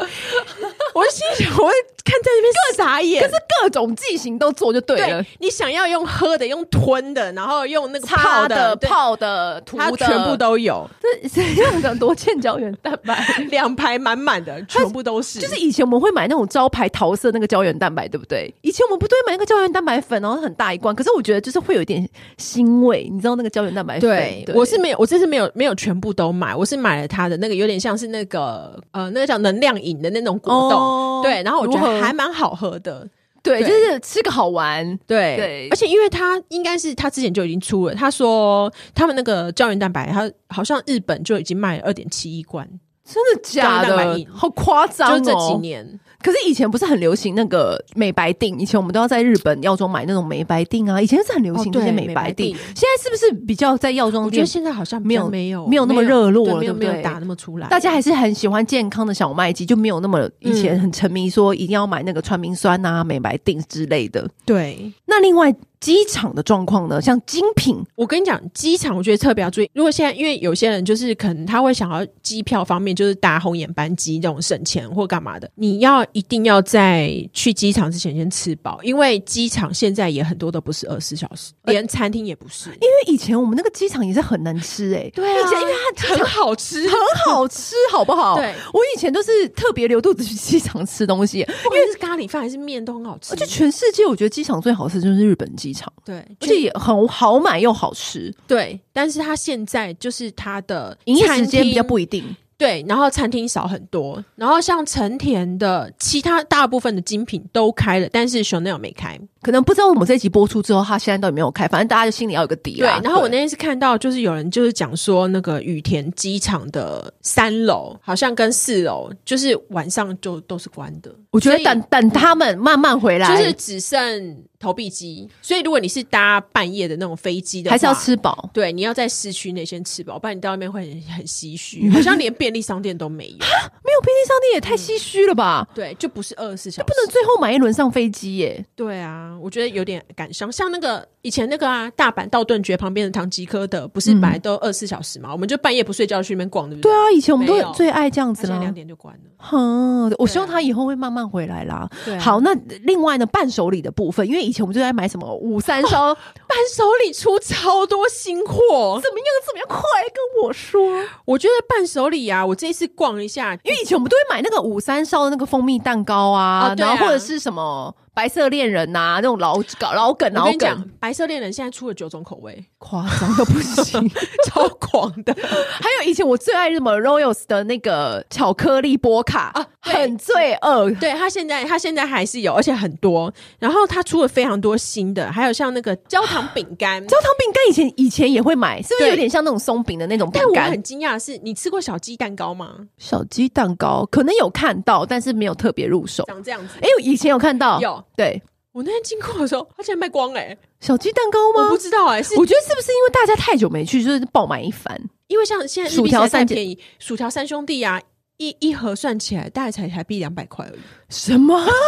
[SPEAKER 2] 我就心想，我看在那边傻眼。可是
[SPEAKER 1] 各种剂型都做就对了
[SPEAKER 2] 对。你想要用喝的、用吞的，然后用那个泡
[SPEAKER 1] 擦的、
[SPEAKER 2] 对
[SPEAKER 1] 泡的、涂
[SPEAKER 2] 它
[SPEAKER 1] 的，
[SPEAKER 2] 全部都有，
[SPEAKER 1] 这 *laughs* 怎样的多见胶原蛋白？
[SPEAKER 2] 两排满满的，全部都是。
[SPEAKER 1] 就是以前我们会买那种招牌桃色那个胶原蛋白，对不对？以前我们不对买那个胶原蛋白粉，然后很大一罐，可是我觉得就是会有一点腥味，你知道那个胶原蛋白粉？
[SPEAKER 2] 对，我是没有，我这次没有没有全部都买，我是买了它的那个有点像是那个呃那个叫能量饮的那种果冻，
[SPEAKER 1] 哦
[SPEAKER 2] 对，然后我觉
[SPEAKER 1] 如何
[SPEAKER 2] 得还蛮好喝的，
[SPEAKER 1] 对，
[SPEAKER 2] 对
[SPEAKER 1] 就是吃个好玩。
[SPEAKER 2] 对，
[SPEAKER 1] 对
[SPEAKER 2] 而且因为他应该是他之前就已经出了，他说他们那个胶原蛋白，他好像日本就已经卖了二点七亿罐，
[SPEAKER 1] 真的假
[SPEAKER 2] 胶原蛋白
[SPEAKER 1] 的
[SPEAKER 2] 饮？
[SPEAKER 1] 好夸张
[SPEAKER 2] 就
[SPEAKER 1] 哦！
[SPEAKER 2] 是这几年，
[SPEAKER 1] 可是以前不是很流行那个美白定，以前我们都要在日本药妆买那种美白定啊，以前是很流行
[SPEAKER 2] 哦
[SPEAKER 1] 这
[SPEAKER 2] 对
[SPEAKER 1] 些美白定，
[SPEAKER 2] 美白定
[SPEAKER 1] 现在是不是比较在药妆
[SPEAKER 2] 我觉得
[SPEAKER 1] 店？
[SPEAKER 2] 现在好像
[SPEAKER 1] 没有
[SPEAKER 2] 没有
[SPEAKER 1] 没有那么热络了
[SPEAKER 2] 对没有
[SPEAKER 1] 对
[SPEAKER 2] 没
[SPEAKER 1] 不对
[SPEAKER 2] 有打那么出来，
[SPEAKER 1] 大家还是很喜欢健康的小麦肌，就没有那么以前很沉迷说一定要买那个传明酸啊、
[SPEAKER 2] 嗯
[SPEAKER 1] 美白定之类的。
[SPEAKER 2] 对。
[SPEAKER 1] 那另外机场的状况呢？像精品，
[SPEAKER 2] 我跟你讲，机场我觉得特别要注意。如果现在因为有些人就是可能他会想要机票方面就是搭红眼班机这种省钱或干嘛的，你要一定要在去机场之前先吃饱，因为机场现在也很多都不是二十四小时，连餐厅也不是。
[SPEAKER 1] 因为以前我们那个机场也是很难吃哎、
[SPEAKER 2] 对啊
[SPEAKER 1] 以前因为它机
[SPEAKER 2] 很
[SPEAKER 1] 场
[SPEAKER 2] 好吃，
[SPEAKER 1] 很好吃，好不好？
[SPEAKER 2] 对嗯
[SPEAKER 1] 我以前都是特别留肚子去机场吃东西，
[SPEAKER 2] 因为是咖喱饭还是面都很好吃，
[SPEAKER 1] 而且全世界我觉得机场最好吃就是日本机场，
[SPEAKER 2] 对，
[SPEAKER 1] 而
[SPEAKER 2] 就
[SPEAKER 1] 且也很好买又好吃，
[SPEAKER 2] 对。但是它现在就是它的
[SPEAKER 1] 营业
[SPEAKER 2] 餐
[SPEAKER 1] 时间比较
[SPEAKER 2] 厅
[SPEAKER 1] 不一定。
[SPEAKER 2] 对，然后餐厅少很多，然后像成田的其他大部分的精品都开了，但是 Chanel 没开。
[SPEAKER 1] 可能不知道我们这一集播出之后，它现在到底有没有开，反正大家就心里要有个底
[SPEAKER 2] 对，
[SPEAKER 1] 啦。
[SPEAKER 2] 然后我那天是看到，就是有人就是讲说，那个羽田机场的三楼好像跟四楼，就是晚上就都是关的，
[SPEAKER 1] 我觉得
[SPEAKER 2] 所以嗯
[SPEAKER 1] 等等他们慢慢回来，
[SPEAKER 2] 就是只剩投币机，所以如果你是搭半夜的那种飞机的话，
[SPEAKER 1] 还是要。吃饱。
[SPEAKER 2] 对，你要在市区内先吃饱，不然你到那边会很很唏 *laughs* 嘘，好像连便利商店都没有。
[SPEAKER 1] 没有便利商店也太唏嘘了吧？
[SPEAKER 2] 对，就不是二十四小时。
[SPEAKER 1] 不能最后买一轮上飞机耶、
[SPEAKER 2] 对啊，我觉得有点感伤。像那个以前那个啊，大阪道顿崛旁边的唐吉诃德，不是本来都二十四小时嘛、我们就半夜不睡觉去那边逛，对不
[SPEAKER 1] 对
[SPEAKER 2] 对？
[SPEAKER 1] 啊，以前我们
[SPEAKER 2] 没
[SPEAKER 1] 都
[SPEAKER 2] 有
[SPEAKER 1] 最爱这样
[SPEAKER 2] 它
[SPEAKER 1] 子
[SPEAKER 2] 现在
[SPEAKER 1] 啦
[SPEAKER 2] 两。点就关了。
[SPEAKER 1] 哼，我希望
[SPEAKER 2] 对啊
[SPEAKER 1] 他以后会慢慢回来啦。
[SPEAKER 2] 对啊
[SPEAKER 1] 好，那另外呢，伴手礼的部分，因为以前我们就在买什么五三
[SPEAKER 2] *laughs*
[SPEAKER 1] 烧，
[SPEAKER 2] 伴手礼出超多新货，
[SPEAKER 1] 怎么样怎么样，快来跟我说。
[SPEAKER 2] 我觉得伴手礼啊，我这一次逛一下，
[SPEAKER 1] 因为以前我们都会买那个五三烧的那个蜂蜜蛋糕啊，
[SPEAKER 2] 哦对
[SPEAKER 1] 然
[SPEAKER 2] 啊
[SPEAKER 1] 后或者是什么白色恋人呐、那种老搞老梗
[SPEAKER 2] 我
[SPEAKER 1] 老
[SPEAKER 2] 跟你
[SPEAKER 1] 梗
[SPEAKER 2] *laughs* 讲，，白色恋人现在出了九种口味， *laughs*
[SPEAKER 1] 夸张的不行。
[SPEAKER 2] 超狂的
[SPEAKER 1] 还有以前我最爱什么 Royals 的那个巧克力波卡
[SPEAKER 2] 啊对
[SPEAKER 1] 很罪恶。
[SPEAKER 2] *laughs* 对他现在，他现在还是有，而且很多。然后他出了非常多新的，还有像那个焦糖饼干。
[SPEAKER 1] 焦糖饼干以前以前也会买，是不是
[SPEAKER 2] 对
[SPEAKER 1] 有点像那种松饼的那种饼
[SPEAKER 2] 但我
[SPEAKER 1] 干
[SPEAKER 2] 很？惊讶的是，你吃过小鸡蛋糕吗？
[SPEAKER 1] 小鸡蛋糕可能有看到，但是没有特别入手。
[SPEAKER 2] 长这样子。
[SPEAKER 1] 哎、我以前有看到，
[SPEAKER 2] 有，
[SPEAKER 1] 对
[SPEAKER 2] 我那天经过的时候，它竟然卖光了欸
[SPEAKER 1] 小鸡蛋糕
[SPEAKER 2] 我
[SPEAKER 1] 吗
[SPEAKER 2] 不？知道哎、是
[SPEAKER 1] 我觉得是不是因为大家太久没去，就是爆买一番？
[SPEAKER 2] 因为像现在日
[SPEAKER 1] 薯
[SPEAKER 2] 币
[SPEAKER 1] 条
[SPEAKER 2] 实在太
[SPEAKER 1] 三姐
[SPEAKER 2] 便宜，薯条三兄弟啊，一一盒算起来大概才台币两百块而已。
[SPEAKER 1] 什么？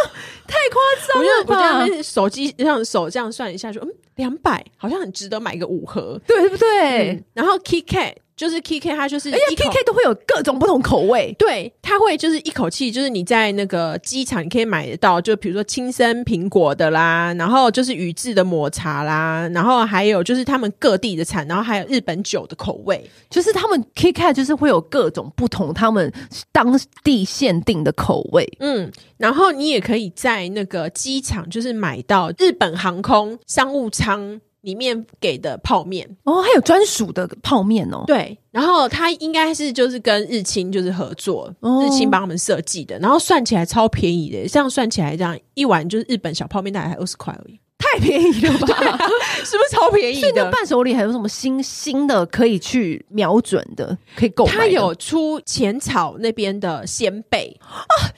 [SPEAKER 1] 太夸张
[SPEAKER 2] 我就我就在那
[SPEAKER 1] 了吧？
[SPEAKER 2] 边手机让手这样算一下，说嗯，两百好像很值得买个五盒。
[SPEAKER 1] 对不对？哎
[SPEAKER 2] 嗯然后 K K 就是 K K，它就是
[SPEAKER 1] 而且
[SPEAKER 2] 一口
[SPEAKER 1] KK 都会有各种不同口味，
[SPEAKER 2] 对，它会就是一口气，就是你在那个机场你可以买得到，就比如说青森苹果的啦，然后就是宇治的抹茶啦，然后还有就是他们各地的产，然后还有日本酒的口味。
[SPEAKER 1] 就是他们 KK 就是会有各种不同他们当地限定的口味。
[SPEAKER 2] 嗯，然后你也可以在那个机场就是买到日本航空商务舱里面给的泡面。
[SPEAKER 1] 哦，还有专属的泡面哦。
[SPEAKER 2] 对，然后它应该是就是跟日清就是合作，
[SPEAKER 1] 哦
[SPEAKER 2] 日清帮他们设计的，然后算起来超便宜的，这样算起来这样一碗就是日本小泡面大概才二十块而已，
[SPEAKER 1] 太便宜了吧？
[SPEAKER 2] *laughs* 是不是超便宜
[SPEAKER 1] 所以那
[SPEAKER 2] 的？
[SPEAKER 1] 伴手礼还有什么新新的可以去瞄准的，可以购买的？
[SPEAKER 2] 它有出浅草那边的鲜贝，
[SPEAKER 1] 哎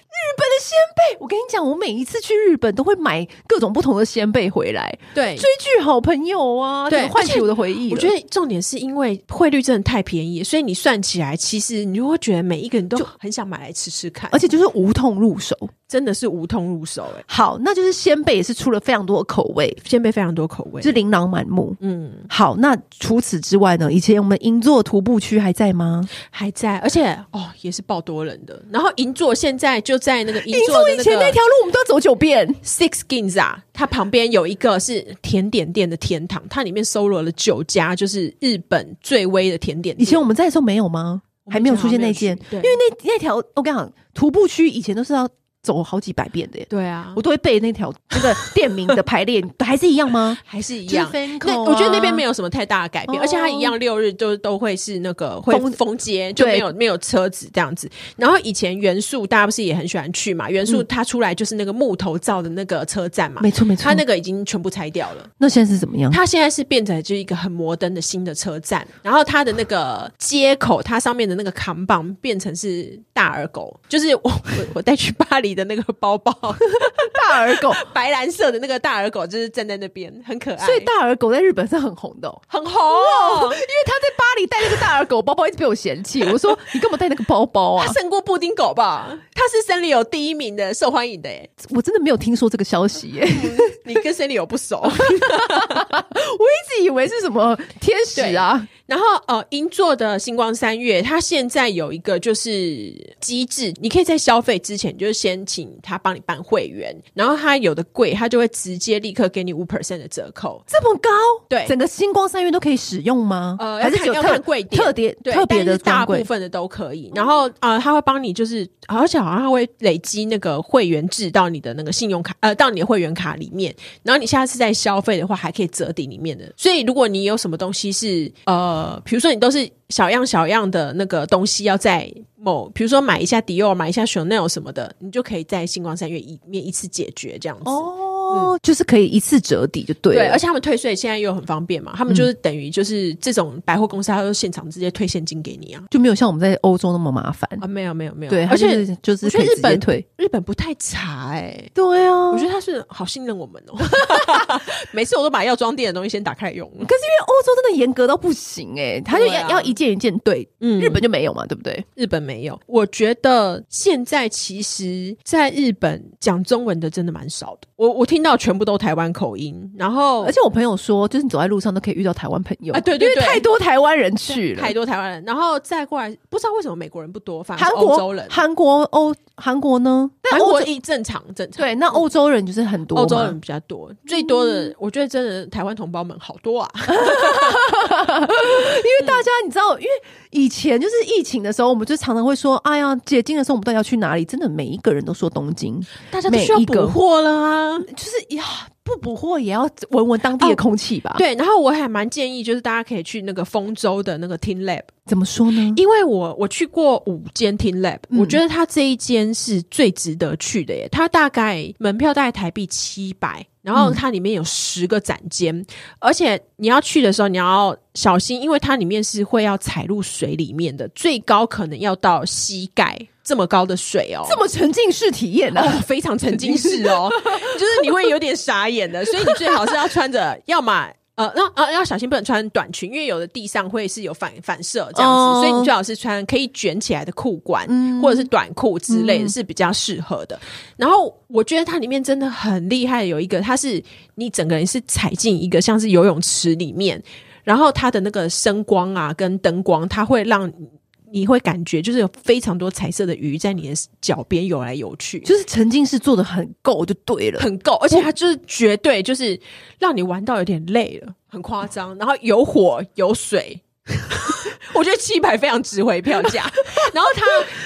[SPEAKER 1] 我跟你讲，我每一次去日本都会买各种不同的鲜贝回来，
[SPEAKER 2] 对
[SPEAKER 1] 追剧好朋友啊，
[SPEAKER 2] 对
[SPEAKER 1] 整个唤起我的回忆了。
[SPEAKER 2] 我觉得重点是因为汇率真的太便宜，所以你算起来，其实你就会觉得每一个人都很想买来吃吃看，
[SPEAKER 1] 而且就是无痛入手。
[SPEAKER 2] 真的是无痛入手哎、
[SPEAKER 1] 好，那就是鲜贝也是出了非常多的口味，
[SPEAKER 2] 鲜贝非常多口味
[SPEAKER 1] 就，是琳琅满目。
[SPEAKER 2] 嗯，
[SPEAKER 1] 好，那除此之外呢？以前我们银座徒步区还在吗？
[SPEAKER 2] 还在，而且哦也是爆多人的。然后银座现在就在那个银座
[SPEAKER 1] 座
[SPEAKER 2] 的
[SPEAKER 1] 以前那嗯
[SPEAKER 2] 那个
[SPEAKER 1] 条路我们都要走九遍。
[SPEAKER 2] Six Skins 啊，它旁边有一个是甜点店的天堂，它里面收罗了九家就是日本最威的甜点
[SPEAKER 1] 以
[SPEAKER 2] 店。
[SPEAKER 1] 前我们在的时候没有吗？还没有出现那件，
[SPEAKER 2] 对，因
[SPEAKER 1] 因为那那条我跟你讲，徒步区以前都是要走好几百遍的耶，
[SPEAKER 2] 对啊
[SPEAKER 1] 我，都会背那条那个店名的排列，还是一样 *laughs* 吗？
[SPEAKER 2] 还是一
[SPEAKER 1] 一
[SPEAKER 2] 样。那我觉得那边没有什么太大的改变，
[SPEAKER 1] 啊哦
[SPEAKER 2] 而且它一样六日都都会是那个会
[SPEAKER 1] 封
[SPEAKER 2] 封街，就
[SPEAKER 1] 对
[SPEAKER 2] 没有没有车子这样子。然后以前元素大家不是也很喜欢去嘛？元素它出来就是那个木头造的那个车站嘛，
[SPEAKER 1] 嗯没错没错。
[SPEAKER 2] 它那个已经全部拆掉了。
[SPEAKER 1] 那现在是怎么样？
[SPEAKER 2] 它现在是变成就是一个很摩登的新的车站，然后它的那个接口，它上面的那个扛棒变成是大耳狗，就是我我我带去巴黎的那个包包， *laughs*
[SPEAKER 1] 大耳狗，
[SPEAKER 2] 白蓝色的那个大耳狗，就是站在那边很可
[SPEAKER 1] *laughs*
[SPEAKER 2] 爱，
[SPEAKER 1] 所以大耳狗在日本是很红的哦、
[SPEAKER 2] 很红哦、
[SPEAKER 1] *laughs* 因为他在巴黎带那个大耳狗包包，一直被我嫌弃。我 *laughs* 说你干嘛带那个包包啊 *laughs*
[SPEAKER 2] 它？胜过布丁狗吧？它是森里有第一名的受欢迎的耶，
[SPEAKER 1] 我真的没有听说这个消息耶、
[SPEAKER 2] 你跟森里有不熟。
[SPEAKER 1] 我一直以为是什么天使啊，
[SPEAKER 2] 然后呃，银座的星光三月，它现在有一个就是机制，你可以在消费之前，就是先请他帮你办会员，然后他有的贵，他就会直接立刻给你五 percent 的折扣。
[SPEAKER 1] 这么高，
[SPEAKER 2] 对
[SPEAKER 1] 整个星光三月都可以使用吗？
[SPEAKER 2] 呃，
[SPEAKER 1] 还是只有
[SPEAKER 2] 要看要
[SPEAKER 1] 特
[SPEAKER 2] 看贵点
[SPEAKER 1] 特别
[SPEAKER 2] 对
[SPEAKER 1] 特别
[SPEAKER 2] 但
[SPEAKER 1] 的
[SPEAKER 2] 是大
[SPEAKER 1] 专
[SPEAKER 2] 部
[SPEAKER 1] 柜？
[SPEAKER 2] 分的都可以。然后呃，他会帮你就是，而且好像他会累积那个会员制到你的那个信用卡，呃，到你的会员卡里面。然后你下次再消费的话，还可以折抵里面的。所以如果你有什么东西是呃，比如说你都是小样小样的那个东西，要在某比如说买一下迪奥，买一下 Chanel 什么的，你就可以在星光三月一面一次解决这样子。
[SPEAKER 1] 哦哦，就是可以一次折抵就对了。
[SPEAKER 2] 嗯
[SPEAKER 1] 啊嗯
[SPEAKER 2] 对，而且他们退税现在又很方便嘛，他们就是等于就是这种百货公司，他就现场直接退现金给你啊
[SPEAKER 1] 就没有像我们在欧洲那么麻烦。
[SPEAKER 2] 啊，没有没有没有，
[SPEAKER 1] 对，它
[SPEAKER 2] 而且
[SPEAKER 1] 就是就是
[SPEAKER 2] 我觉
[SPEAKER 1] 可
[SPEAKER 2] 得
[SPEAKER 1] 以直
[SPEAKER 2] 日
[SPEAKER 1] 接
[SPEAKER 2] 本
[SPEAKER 1] 退。
[SPEAKER 2] 日本不太查哎、
[SPEAKER 1] 对啊，
[SPEAKER 2] 我觉得他是好信任我们哦， *laughs* 每次我都把药妆店的东西先打开来用，
[SPEAKER 1] 可是因为欧洲真的严格到不行哎、他就
[SPEAKER 2] 对
[SPEAKER 1] 要、
[SPEAKER 2] 啊
[SPEAKER 1] 要一件一件对，
[SPEAKER 2] 嗯
[SPEAKER 1] 日本就没有嘛，对不对？
[SPEAKER 2] 日本没有，我觉得现在其实在日本讲中文的真的蛮少的，我我听到全部都台湾口音，然后
[SPEAKER 1] 而且我朋友说，就是你走在路上都可以遇到台湾朋友
[SPEAKER 2] 哦啊对对
[SPEAKER 1] 因为
[SPEAKER 2] 对
[SPEAKER 1] 太多台湾人去了
[SPEAKER 2] 太。多台湾人，然后再过来不知道为什么美国人不多，反而
[SPEAKER 1] 韩
[SPEAKER 2] 是欧洲
[SPEAKER 1] 国
[SPEAKER 2] 人、，
[SPEAKER 1] 韩国欧韩国呢？
[SPEAKER 2] 韩
[SPEAKER 1] 欧
[SPEAKER 2] 国
[SPEAKER 1] 洲
[SPEAKER 2] 一正常正常，
[SPEAKER 1] 对，那欧洲人就是很多嘛，
[SPEAKER 2] 欧洲人比较多，嗯最多的我觉得真的台湾同胞们好多啊，
[SPEAKER 1] 因为大家你知道，因为以前就是疫情的时候，我们就常常会说，哎呀，解禁的时候我们到底要去哪里？真的每一个人都说东京，
[SPEAKER 2] 大家都需要
[SPEAKER 1] 每一个
[SPEAKER 2] 补货了啊。
[SPEAKER 1] 就是呀，不捕获也要闻闻当地的空气吧？，
[SPEAKER 2] 对，然后我还蛮建议，就是大家可以去那个丰州的那个 Team Lab，
[SPEAKER 1] *laughs* 怎么说呢？
[SPEAKER 2] 因为我我去过五间 Team Lab，、
[SPEAKER 1] 嗯
[SPEAKER 2] 我觉得它这一间是最值得去的耶。它大概门票大概台币七百，
[SPEAKER 1] 嗯
[SPEAKER 2] 然后它里面有十个展间，而且你要去的时候你要小心，因为它里面是会要踩入水里面的，最高可能要到膝盖这么高的水
[SPEAKER 1] *laughs*
[SPEAKER 2] 哦。
[SPEAKER 1] 这么沉浸式体验呢、啊
[SPEAKER 2] 哦， *laughs* 非常沉浸式哦， *laughs* 就是你会有点傻眼 *laughs* 的，所以你最好是要穿着，要么呃，那呃要小心不能穿短裙，因为有的地上会是有反反射这样子，
[SPEAKER 1] 哦
[SPEAKER 2] 所以你最好是穿可以卷起来的裤管、
[SPEAKER 1] 嗯
[SPEAKER 2] 或者是短裤之类的是比较适合的。然后我觉得它里面真的很厉害，有一个它是你整个人是踩进一个像是游泳池里面，然后它的那个声光啊跟灯光，它会让。你会感觉就是有非常多彩色的鱼在你的脚边游来游
[SPEAKER 1] *laughs*
[SPEAKER 2] 去，
[SPEAKER 1] 就是沉浸式做的很够就对了。
[SPEAKER 2] 很够，而且它就是绝对就是让你玩到有点累了，很夸张。然后有火有水， *laughs* 我觉得七百非常值回票
[SPEAKER 1] *laughs*
[SPEAKER 2] 价。然后它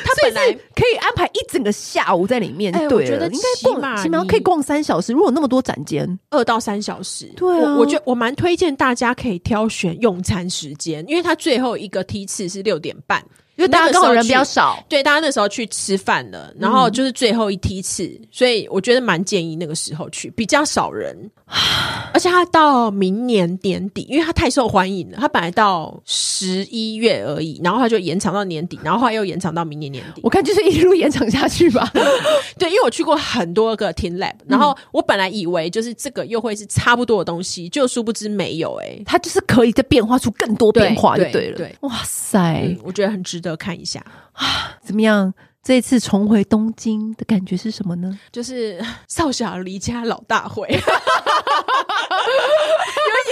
[SPEAKER 2] 它
[SPEAKER 1] 所以
[SPEAKER 2] 本来
[SPEAKER 1] 是可以安排一整个下午在里面
[SPEAKER 2] 哎
[SPEAKER 1] 就对
[SPEAKER 2] 我觉
[SPEAKER 1] 了，
[SPEAKER 2] 得
[SPEAKER 1] 应该
[SPEAKER 2] 起
[SPEAKER 1] 逛
[SPEAKER 2] 码
[SPEAKER 1] 起码
[SPEAKER 2] 你
[SPEAKER 1] 可以逛三小时。如果那么多展间，
[SPEAKER 2] 二到三小时，
[SPEAKER 1] 对啊
[SPEAKER 2] 我我觉得我蛮推荐大家可以挑选用餐时间，因为它最后一个梯次是六点半，
[SPEAKER 1] 因为大家
[SPEAKER 2] 那个时
[SPEAKER 1] 刚
[SPEAKER 2] 候
[SPEAKER 1] 好人比较
[SPEAKER 2] 去。
[SPEAKER 1] 少，
[SPEAKER 2] 对，大家那时候去吃饭了，然后就是最后一梯次，所以我觉得蛮建议那个时候去，比较少人， *sighs* 而且它到明年年底，因为它太受欢迎了，它本来到十一月而已，然后它就延长到年底，然后后来又延长到明年年底。
[SPEAKER 1] 我看就是一路延长下去吧。 *laughs*
[SPEAKER 2] 对，因为我去过很多个 Team Lab，然后我本来以为就是这个又会是差不多的东西，就殊不知没有哎、欸
[SPEAKER 1] 它就是可以再变化出更多变化就对了。
[SPEAKER 2] 对对
[SPEAKER 1] 哇塞，
[SPEAKER 2] 嗯我觉得很值得看一下，
[SPEAKER 1] 怎么样？这一次重回东京的感觉是什么呢？
[SPEAKER 2] 就是 *laughs* 少小离家老大回， *laughs* 有一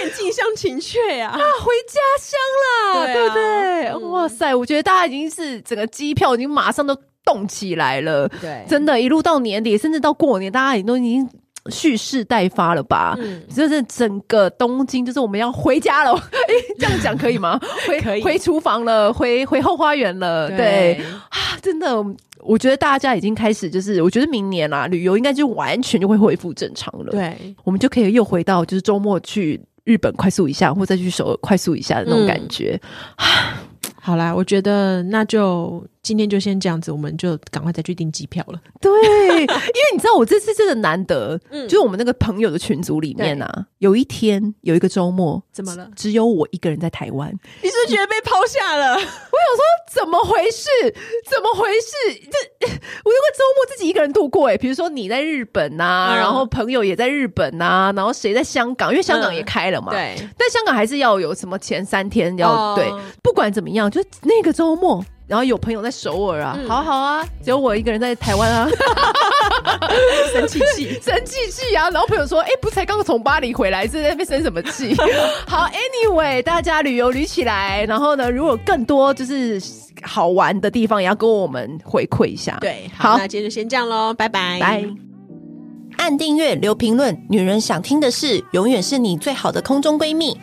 [SPEAKER 2] 点近乡情怯啊。
[SPEAKER 1] 啊，回家乡啦，对
[SPEAKER 2] 对啊
[SPEAKER 1] 不对？
[SPEAKER 2] 嗯
[SPEAKER 1] 哇塞，我觉得大家已经是整个机票已经马上都动起来了，
[SPEAKER 2] *laughs* 对
[SPEAKER 1] 真的，一路到年底，甚至到过年，大家也都已经呃蓄势待发了吧？
[SPEAKER 2] 嗯
[SPEAKER 1] 就是整个东京，就是我们要回家了。 *laughs* 哎、这样讲可以吗？回
[SPEAKER 2] *laughs* 可以
[SPEAKER 1] 回厨房了，回回后花园了。对，啊，真的，我觉得大家已经开始，就是我觉得明年啊，旅游应该就完全就会恢复正常了。，
[SPEAKER 2] 对，
[SPEAKER 1] 我们就可以又回到就是周末去日本快速一下，或再去首尔快速一下的那种感觉。
[SPEAKER 2] 嗯好啦，我觉得那就今天就先这样子，我们就赶快再去订机票了。
[SPEAKER 1] 对，因为你知道，我这次真的难得，
[SPEAKER 2] 嗯
[SPEAKER 1] 就是我们那个朋友的群组里面啊，有一天有一个周末，
[SPEAKER 2] 怎么了？
[SPEAKER 1] 只有我一个人在台湾，
[SPEAKER 2] 你是不是觉得被抛下了？
[SPEAKER 1] 怎么回事？怎么回事？这 *laughs* 我那个周末自己一个人度过哎、比如说你在日本呐、
[SPEAKER 2] 嗯
[SPEAKER 1] 然后朋友也在日本呐、然后谁在香港？因为香
[SPEAKER 2] 嗯
[SPEAKER 1] 港也开了嘛。。
[SPEAKER 2] 对，
[SPEAKER 1] 但香港还是要有什么前三天要、
[SPEAKER 2] 哦
[SPEAKER 1] 对，不管怎么样，就是那个周末，然后有朋友在首尔啊，
[SPEAKER 2] 嗯
[SPEAKER 1] 好啊好啊，只有我一个人在台湾啊，
[SPEAKER 2] *laughs* 生 *laughs* 气
[SPEAKER 1] *laughs*
[SPEAKER 2] 气。
[SPEAKER 1] 生气气啊！然后朋友说：“哎、不才刚从巴黎回来，是在那边生什么
[SPEAKER 2] *laughs*
[SPEAKER 1] 气？”好，anyway，大家旅游旅起来，然后呢，如果有更多就是好玩的地方，也要跟我们回馈一下。，
[SPEAKER 2] *laughs* 对，
[SPEAKER 1] 好
[SPEAKER 2] 好，那今天就先这样喽，拜拜，
[SPEAKER 1] 拜。
[SPEAKER 3] 按订阅，留评论，女人想听的事，永远是你最好的空中闺蜜。